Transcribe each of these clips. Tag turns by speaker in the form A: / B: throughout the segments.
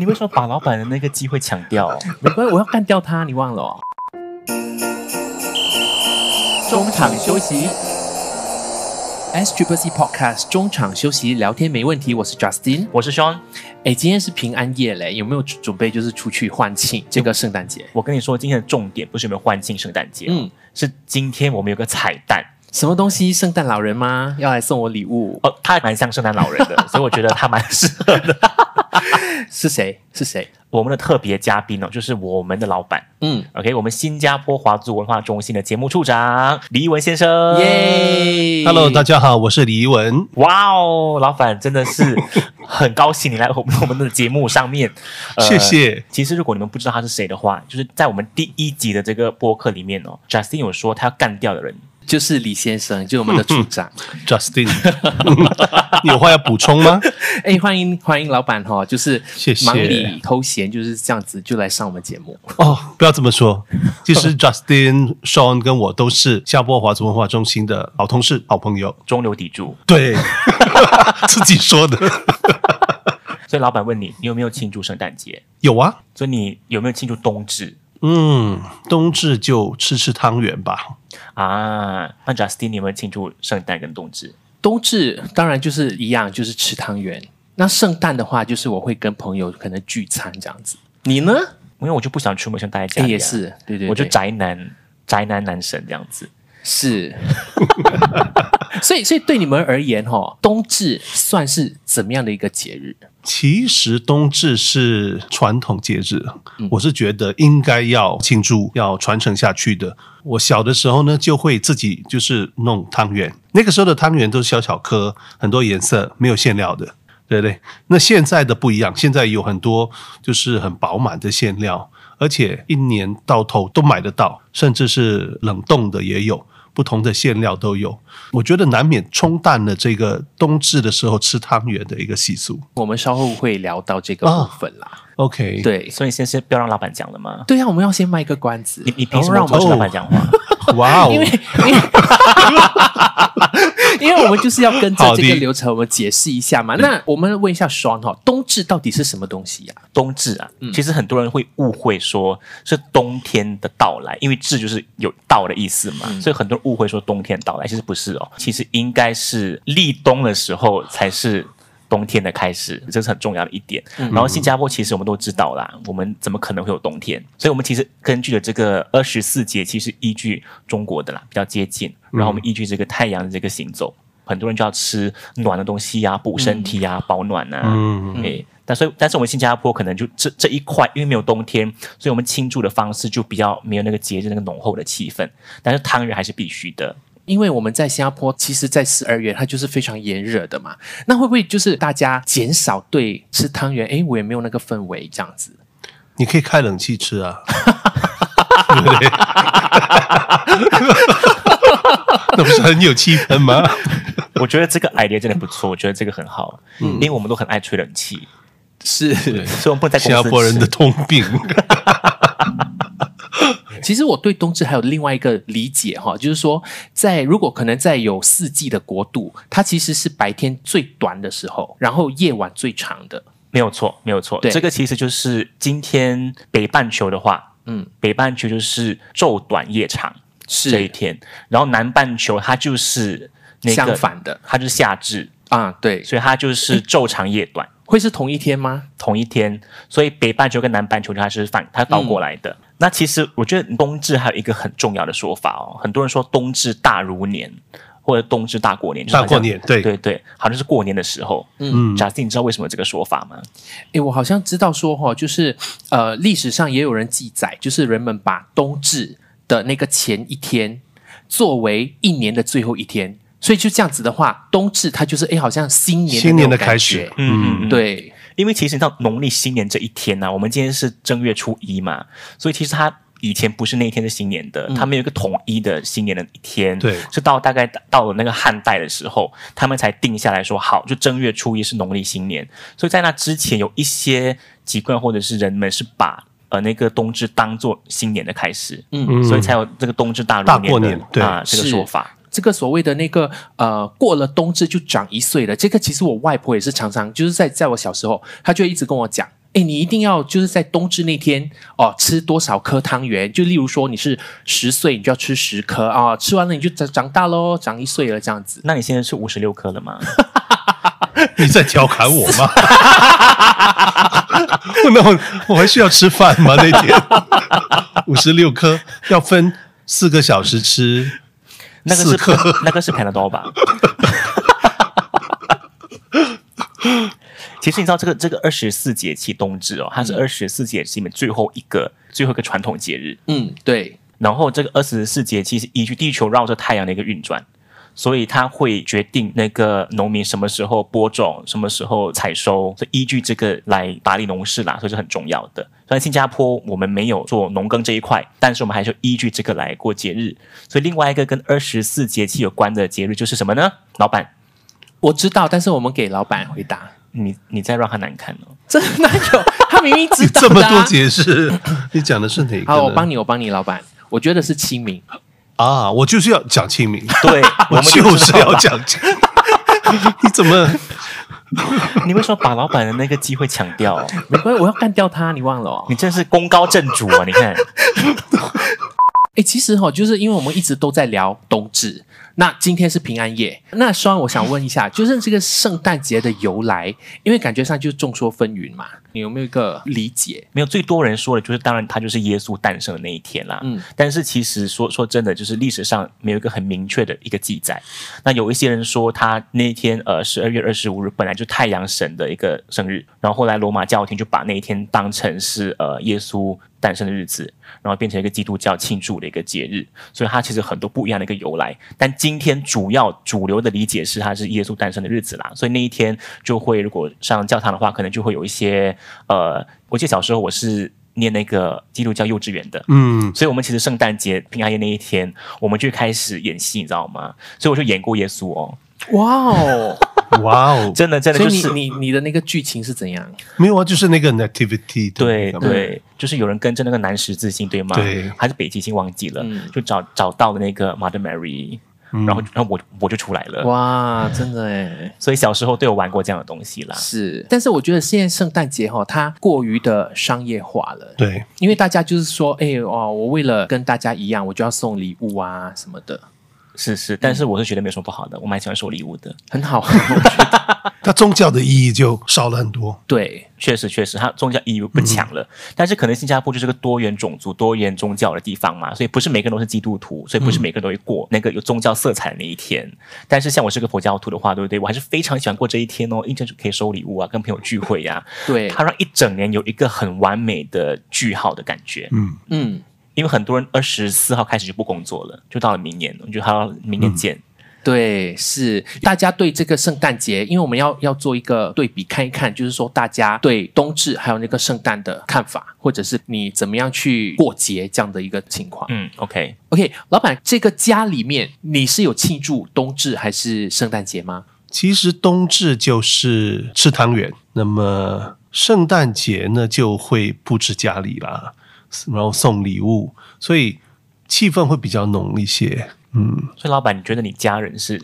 A: 你为什么把老板的那个机会抢掉、哦
B: 没关系，我要干掉他，你忘了、哦？中场休息。S Triple C Podcast 中场休息聊天没问题，我是 Justin。
A: 我是 Sean，
B: 哎，今天是平安夜嘞，有没有准备就是出去欢庆这个圣诞节？
A: 我跟你说，今天的重点不是有没有欢庆圣诞节，
B: 嗯
A: 嗯，是今天我们有个彩蛋
B: 什么东西？圣诞老人吗？要来送我礼物？
A: 哦，他还蛮像圣诞老人的，所以我觉得他蛮适合的。
B: 是谁？是谁？
A: 我们的特别嘉宾哦，就是我们的老板
B: 嗯，
A: ，OK，我们新加坡华族文化中心的节目处长李一文先生，！
B: 耶
C: 呃 Hello，大家好，我是李怡文。
A: 哇哦，老板真的是很高兴你来我们我们的节目上面，呃
C: 谢谢
A: 其实如果你们不知道他是谁的话，就是在我们第一集的这个播客里面哦，Justin 有说他要干掉的人，
B: 就是李先生，就是我们的处 长。
C: Justin，你有话要补充 吗？
B: 哎，欢迎欢迎老板哈、哦，就是
C: 谢谢
B: 忙里偷闲就是这样子，就来上我们节目。
C: 哦，不要这么说。其实 Justin、Sean 跟我都是新加坡华族文化中心的老同事、好朋友。
A: 中流砥柱。
C: 对，自己说的。
A: 所以老板问你，你有没有庆祝圣诞节？
C: 有啊，
A: 所以你有没有庆祝冬至
C: 嗯，冬至就吃吃汤圆吧。
A: 啊？那 Justin 你有没有庆祝圣诞跟冬至？
B: 冬至当然就是一样，就是吃汤圆。那圣诞的话，就是我会跟朋友可能聚餐这样子。你呢？
A: 因为我就不想出门，想待在家
B: 哎
A: 里、啊。
B: 也，是，对对对
A: 我就宅男，宅男男神这样子。
B: 是。所以，所以 对你们而言、哦，哈，冬至算是怎么样的一个节日？
C: 其实冬至是传统节日，我是觉得应该要庆祝、要传承下去的。我小的时候呢，就会自己就是弄汤圆，那个时候的汤圆都是小小颗，很多颜色，没有馅料的，对不对？那现在的不一样，现在有很多就是很饱满的馅料，而且一年到头都买得到，甚至是冷冻的也有。不同的馅料都有，我觉得难免冲淡了这个冬至的时候吃汤圆的一个习俗。
B: 我们稍后会聊到这个部分
A: 啊
B: 啦。
C: OK，，
B: 对，
A: 所以先是不要让老板讲了吗？
B: 对啊，我们要先卖个关子。
A: 你你凭什
B: 然
A: 么
B: 后哦让
A: 阻止
B: 我们
A: 老板讲话？
C: 哇哦
B: 因，为因为因为我们就是要跟着
C: 好
B: 这
C: 的
B: 个流程，我们解释一下嘛。那我们问一下双哈，冬至到底是什么东西呀、
A: 冬至啊，其实很多人会误会说是冬天的到来，因为至就是有到的意思嘛，所以很多人误会说冬天到来，其实不是哦，其实应该是立冬的时候才是。冬天的开始，这是很重要的一点。然后新加坡其实我们都知道啦，我们怎么可能会有冬天？所以我们其实根据了这个二十四节，其实依据中国的啦比较接近，然后我们依据这个太阳的这个行走，很多人就要吃暖的东西呀、补身体呀、保暖啊呐、
C: 嗯，
A: 诶、但所以但是我们新加坡可能就这这一块，因为没有冬天，所以我们庆祝的方式就比较没有那个节日那个浓厚的气氛。但是汤圆还是必须的。
B: 因为我们在新加坡，其实，在十二月它就是非常炎热的嘛。那会不会就是大家减少对吃汤圆？诶，我也没有那个氛围这样子。
C: 你可以开冷气吃 啊，对不对？ 那不是很有气氛吗？
A: 我觉得这个 idea 真的不错，我觉得这个很好，
C: 嗯
A: 因为我们都很爱吹冷气，
B: 是，
A: 所以我们不能在
C: 新
A: 公
C: 加
A: 司
C: 坡人的
A: 吃
C: 通 病。
B: 其实我对冬至还有另外一个理解哈，就是说，在如果可能在有四季的国度，它其实是白天最短的时候，然后夜晚最长的。
A: 没有错，没有错。
B: 对
A: 这个其实就是今天北半球的话，
B: 嗯
A: 嗯，北半球就是昼短夜长这一
B: 是
A: 天，然后南半球它就是那个
B: 相，反的
A: 它就是夏至，
B: 啊，对，
A: 所以它
C: 嗯
A: 就是昼长夜短。
B: 会是同一天吗？
A: 同一天，所以北半球跟南半球它是反它倒过来的。
C: 嗯
A: 那其实我觉得冬至还有一个很重要的说法哦，很多人说冬至大如年或者冬至大过年，就是好像
C: 大过年对
A: 对对，好像是过年的时候。嗯，贾斯汀，你知道为什么有这个说法吗？
B: 诶，我好像知道说哈、就是呃，历史上也有人记载，就是人们把冬至的那个前一天作为一年的最后一天，所以就这样子的话，冬至它就是诶，好像新年
C: 新年
B: 的那
C: 的
B: 种感
C: 开
B: 觉
C: 始，
A: 嗯，
B: 对，
A: 因为其实你知道农历新年这一天啊呢、我们今天是正月初一嘛，所以其实它以前不是那一天是新年的，他们有一个统一的新年的一天，
C: 嗯对
A: 是到大概到了那个汉代的时候，他们才定下来说好，就正月初一是农历新年，所以在那之前有一些籍贯或者是人们是把。呃，那个冬至当做新年的开始，嗯，所以才有这个冬至大
C: 大
A: 如
C: 过
A: 的
C: 年对
A: 啊这个
B: 是
A: 说法，
B: 这个所谓的那个呃，过了冬至就长一岁了。这个其实我外婆也是常常就是在在我小时候，她就一直跟我讲，哎，你一定要就是在冬至那天哦，吃多少颗汤圆？就例如说你是十岁，你就要吃十颗啊、吃完了你就长长大喽，长一岁了这样子。
A: 那你现在是五十六颗了吗？
C: 你在调侃我吗？ 那我我还需要吃饭吗？那天五十六颗要分四个小时吃，
A: 那个
C: 四
A: 是
C: 颗
A: 那个是 Panadol 吧？ 其实你知道这个这个二十四节气冬至哦，它是二十四节气里面最后一个、最后一个传统节日。
B: 嗯，对，
A: 然后这个二十四节气是依据地球绕着太阳的一个运转，所以它会决定那个农民什么时候播种，什么时候采收，所以依据这个来打理农事啦，所以是很重要的。虽然新加坡我们没有做农耕这一块，但是我们还是依据这个来过节日。所以另外一个跟二十四节气有关的节日就是什么呢？老板，
B: 我知道，但是我们给老板回 答，
A: 你你再让他难看 哦。
B: 这哪有？他明明知
C: 你
B: 道、
C: 这
B: 的啊
C: 么多解释，你讲的是哪一个呢？
B: 好，我帮你，我帮你，老板，我觉得是清明。
C: 啊，我就是要讲清明，
A: 对，我
C: 我
A: 们就
C: 就
A: 知
C: 是
A: 道
C: 要
A: 吧。
C: 讲清明。 你怎么？
A: 你为什么把老板的那个机会抢掉哦、
B: 没关系，我要干掉他，你忘了哦
A: 你。真是功高震主啊！你看，
B: 哎，其实哈、就是因为我们一直都在聊冬至，那今天是平安夜，那双我想问一下，就是这个圣诞节的由来，因为感觉上就是众说纷纭嘛，你有没有一个理解？
A: 没有最多人说的就是，当然他就是耶稣诞生的那一天啦。
B: 嗯
A: 嗯，但是其实说说真的，就是历史上没有一个很明确的一个记载。那有一些人说他那一天呃十二月二十五日本来就太阳神的一个生日，然后后来罗马教廷就把那一天当成是呃耶稣诞生的日子，然后变成一个基督教庆祝的一个节日。所以它其实很多不一样的一个由来。但今天主要主流的理解是它是耶稣诞生的日子啦，所以那一天就会如果上教堂的话，可能就会有一些呃，我记得小时候我是念那个基督教幼稚园的，
C: 嗯，
A: 所以我们其实圣诞节、平安夜那一天，我们就开始演戏，你知道吗？所以我就演过耶稣哦，
B: 哇哦！
C: 哇哦，
A: 真的真的
B: 所
A: 就
B: 以
A: 是。
B: 你你你的那个剧情是怎样？
C: 没有啊，就是那个 nativity 的
A: 对
C: 那个嘛
A: 对，就是有人跟着那个南十字星，对吗？
C: 对
A: 还是北极星忘记了，
B: 嗯
A: 就找找到了那个 Mother Mary，、然后然后我我就出来了。
B: 哇，真的哎，
A: 所以小时候都有玩过这样的东西啦。
B: 是。但是我觉得现在圣诞节哈、它过于的商业化了，
C: 对，
B: 因为大家就是说，哎哦，我为了跟大家一样，我就要送礼物啊什么的，
A: 是是，但是我是觉得没有什么不好的，我蛮喜欢收礼物的。
B: 很好。
C: 它宗教的意义就少了很多。
B: 对，
A: 确实确实，它宗教意义不强了。但是可能新加坡就是个多元种族、多元宗教的地方嘛，所以不是每个人都是基督徒，所以不是每个人都会过那个有宗教色彩的那一天。但是像我是个佛教徒的话，对不对？我还是非常喜欢过这一天哦，一天就可以收礼物啊，跟朋友聚会呀、
B: 嗯对，
A: 它让一整年有一个很完美的句号的感觉。
C: 嗯，
B: 嗯。
A: 因为很多人二十四号开始就不工作了，就到了明年，我觉得还要明年见。
B: 对，是大家对这个圣诞节，因为我们要要做一个对比，看一看，就是说大家对冬至还有那个圣诞的看法，或者是你怎么样去过节这样的一个情况。
A: 嗯 o k
B: OK，老板，这个家里面你是有庆祝冬至还是圣诞节吗？
C: 其实冬至就是吃汤圆，那么圣诞节呢就会布置家里啦，然后送礼物，所以气氛会比较浓一些。嗯，
A: 所以，老板，你觉得你家人是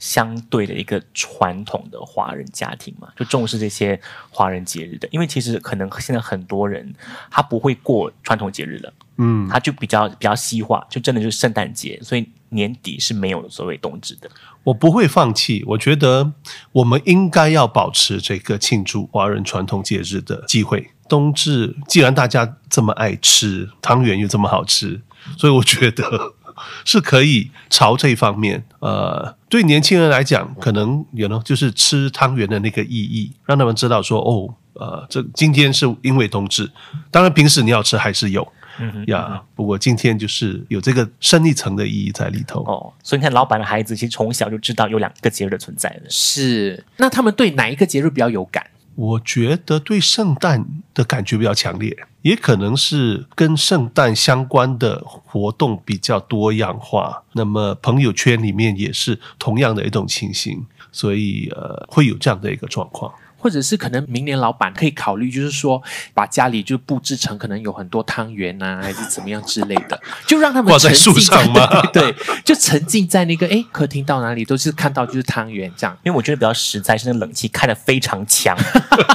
A: 相对的一个传统的华人家庭嘛？就重视这些华人节日的？因为其实可能现在很多人他不会过传统节日了，
C: 嗯，
A: 他就比较比较西化，就真的就是圣诞节，所以年底是没有所谓冬至的。
C: 我不会放弃，我觉得我们应该要保持这个庆祝华人传统节日的机会。冬至既然大家这么爱吃汤圆，又这么好吃，所以我觉得是可以朝这一方面。呃，对年轻人来讲，可能有呢，就是吃汤圆的那个意义，让他们知道说，哦，呃，这今天是因为冬至，当然平时你要吃还是有。
B: 嗯
C: 呀，不过今天就是有这个深一层的意义在里头。
A: 哦，所以你看，老板的孩子其实从小就知道有两个节日的存在了。
B: 是，那他们对哪一个节日比较有感？
C: 我觉得对圣诞的感觉比较强烈，也可能是跟圣诞相关的活动比较多样化。那么朋友圈里面也是同样的一种情形，所以呃会有这样的一个状况。
B: 或者是可能明年老板可以考虑，就是说把家里就布置成可能有很多汤圆啊，还是怎么样之类 的，就让他们
C: 挂在
B: 沉浸
C: 树上吗
B: 对，对就沉浸在那个哎，客厅到哪里都是看到就是汤圆这样。
A: 因为我觉得比较实在，是那个冷气开的非常 强，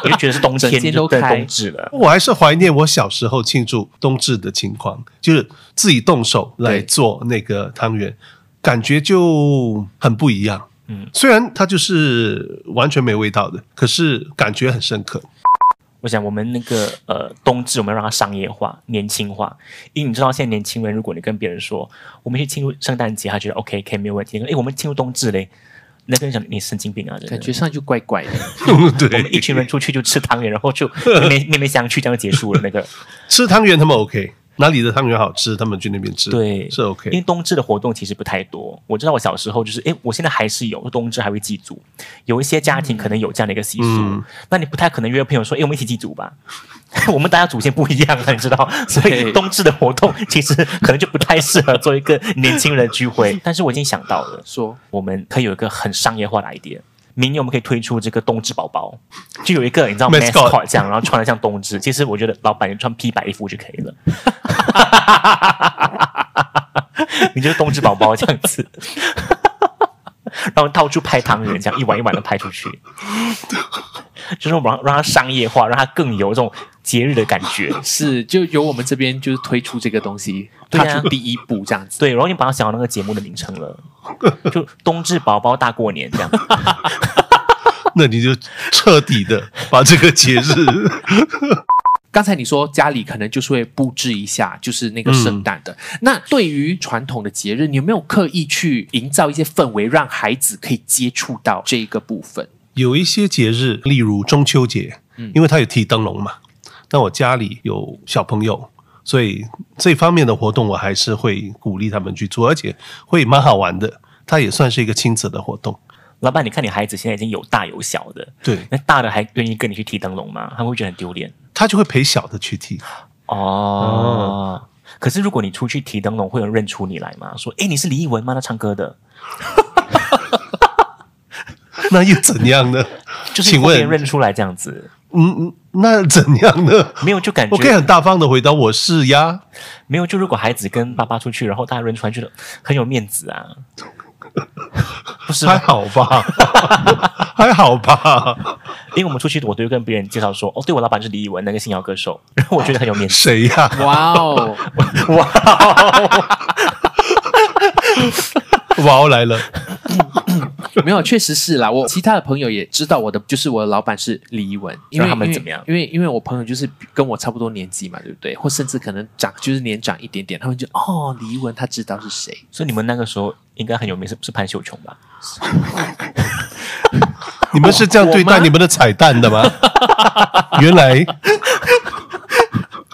A: 我就觉得是冬天
B: 整间都
A: 就真的
B: 开
A: 冬至了。
C: 我还是怀念我小时候庆祝冬至的情况，就是自己动手来做那个汤圆，感觉就很不一样。嗯，虽然它就是完全没味道的，可是感觉很深刻。
A: 我想我们那个呃冬至，我们要让它商业化、年轻化，因为你知道现在年轻人，如果你跟别人说我们去庆祝圣诞节，他觉得 OK，可以没有问题。哎，我们庆祝冬至嘞，那个人讲你神经病啊，真的
B: 感觉上就怪怪的，
A: 我们一
C: 对，
A: 群人出去就吃汤圆，然后就 面面面相觑，这样就结束了那个。
C: 吃汤圆他们 OK，哪里的汤圆好吃，他们去那边吃，
A: 对，
C: 是
A: 因为
C: OK。
A: 冬至的活动其实不太多。我知道我小时候就是，诶，我现在还是有冬至还会祭祖，有一些家庭可能有这样的一个习俗。
C: 嗯
A: 那你不太可能约朋友说，诶，我们一起祭祖吧。 我们大家祖先不一样啊，你知 道，所以
B: 对
A: 冬至的活动其实可能就不太适合做一个年轻人聚会。但是我已经想到了，
B: 说
A: 我们可以有一个很商业化的 idea。明年我们可以推出这个冬至宝宝，就有一个你知道
C: Mascot
A: mascot 这样，然后穿的像冬至。其实我觉得老板就穿披白衣服就可以了，你就是冬至宝宝这样子，然后到处派汤圆，这样一碗一碗的派出去，就是我们让让它商业化，让它更有这种节日的感觉。
B: 是就由我们这边就是推出这个东西，
A: 对
B: 踏
A: 啊
B: 出第一步这样子。
A: 对，然后你把它想好那个节目的名称了，就冬至宝宝大过年这样。
C: 那你就彻底的把这个节 日
B: 刚才你说家里可能就是会布置一下，就是那个圣诞的。
C: 嗯
B: 那对于传统的节日，你有没有刻意去营造一些氛围，让孩子可以接触到这一个部分？
C: 有一些节日，例如中秋节，
A: 嗯
C: 因为它有提灯笼嘛。但我家里有小朋友，所以这方面的活动我还是会鼓励他们去做，而且会蛮好玩的。它也算是一个亲子的活动。
A: 老板，你看你孩子现在已经有大有小的，
C: 对，
A: 那大的还愿意跟你去提灯笼吗？他们会觉得很丢脸
C: 他就会陪小的去踢。
A: 哦。可是如果你出去提灯笼，会有人认出你来吗？说，哎，你是李艺文吗？他唱歌的，
C: 那又怎样呢？
A: 就是
C: 请
A: 会被人
C: 问，
A: 认出来这样子，
C: 嗯，嗯，那怎样呢？
A: 没有就感觉
C: 我可以很大方的回答我是呀，
A: 没有。就如果孩子跟爸爸出去，然后大家认出来，觉得很有面子啊，不是吗
C: 还？好吧，还好吧，
A: 因为我们出去，我都会跟别人介绍说，哦，对我老板是李艺文，那个新谣歌手，然后我觉得很有面子。
C: 谁呀？
B: 哇 哦，
C: 哇哦来了，
B: 没有，确实是啦。我其他的朋友也知道我的，就是我的老板是李一文，因
A: 那
B: 为
A: 他们怎么样
B: 因为因为因为我朋友就是跟我差不多年纪嘛，对不对？或甚至可能长就是年长一点点，他们就哦，李一文他知道是谁。
A: 所以你们那个时候应该很有名，是是潘秀琼吧？
C: 你们是这样对待你们的彩蛋的吗？原来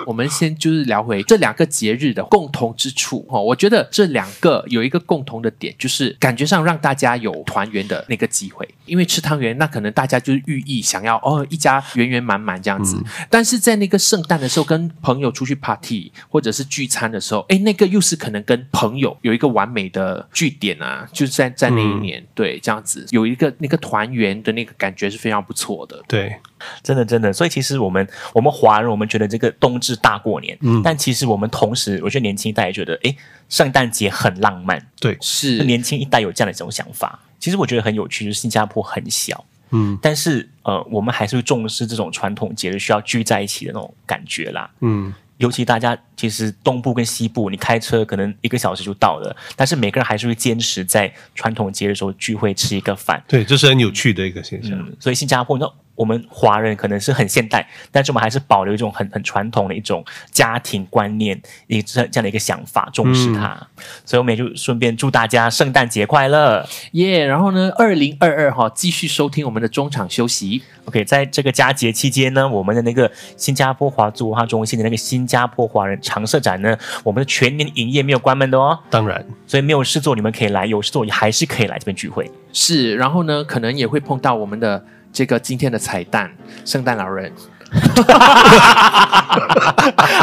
B: 我们先就是聊回这两个节日的共同之处哦。我觉得这两个有一个共同的点，就是感觉上让大家有团圆的那个机会。因为吃汤圆，那可能大家就是寓意想要哦一家圆圆满满这样子。但是在那个圣诞的时候，跟朋友出去 party 或者是聚餐的时候，哎，那个又是可能跟朋友有一个完美的据点啊，就是在在那一年、对这样子有一个那个团圆的那个感觉是非常不错的。
C: 对，
A: 真的真的，所以其实我们我们华人，我们觉得这个冬至大过年，嗯，但其实我们同时，我觉得年轻一代也觉得，诶，圣诞节很浪漫，
C: 对，
B: 是
A: 就年轻一代有这样的一种想法。其实我觉得很有趣，就是新加坡很小，
C: 嗯
A: 但是呃，我们还是会重视这种传统节日需要聚在一起的那种感觉啦。
C: 嗯，
A: 尤其大家其实东部跟西部，你开车可能一个小时就到了，但是每个人还是会坚持在传统节日的时候聚会吃一个饭，
C: 对，这是很有趣的一个现象。
A: 嗯，所以新加坡，那我们华人可能是很现代，但是我们还是保留一种很很传统的一种家庭观念，一这这样的一个想法，重视它。所以我们也就顺便祝大家圣诞节快乐。
B: 耶然后呢，二零二二哈，继续收听我们的中场休息。
A: OK，在这个佳节期间呢，我们的那个新加坡华族文化中心的那个新加坡华人常设展呢，我们的全年营业没有关门的哦，
C: 当然，
A: 所以没有事做你们可以来，有事做你还是可以来这边聚会。
B: 是，然后呢，可能也会碰到我们的这个今天的彩蛋——圣诞老人。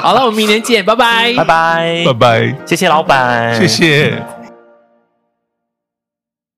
B: 好了，我们明年见，拜拜，
A: 拜拜，哎
C: 拜拜，
A: 谢谢老板，
C: 谢谢。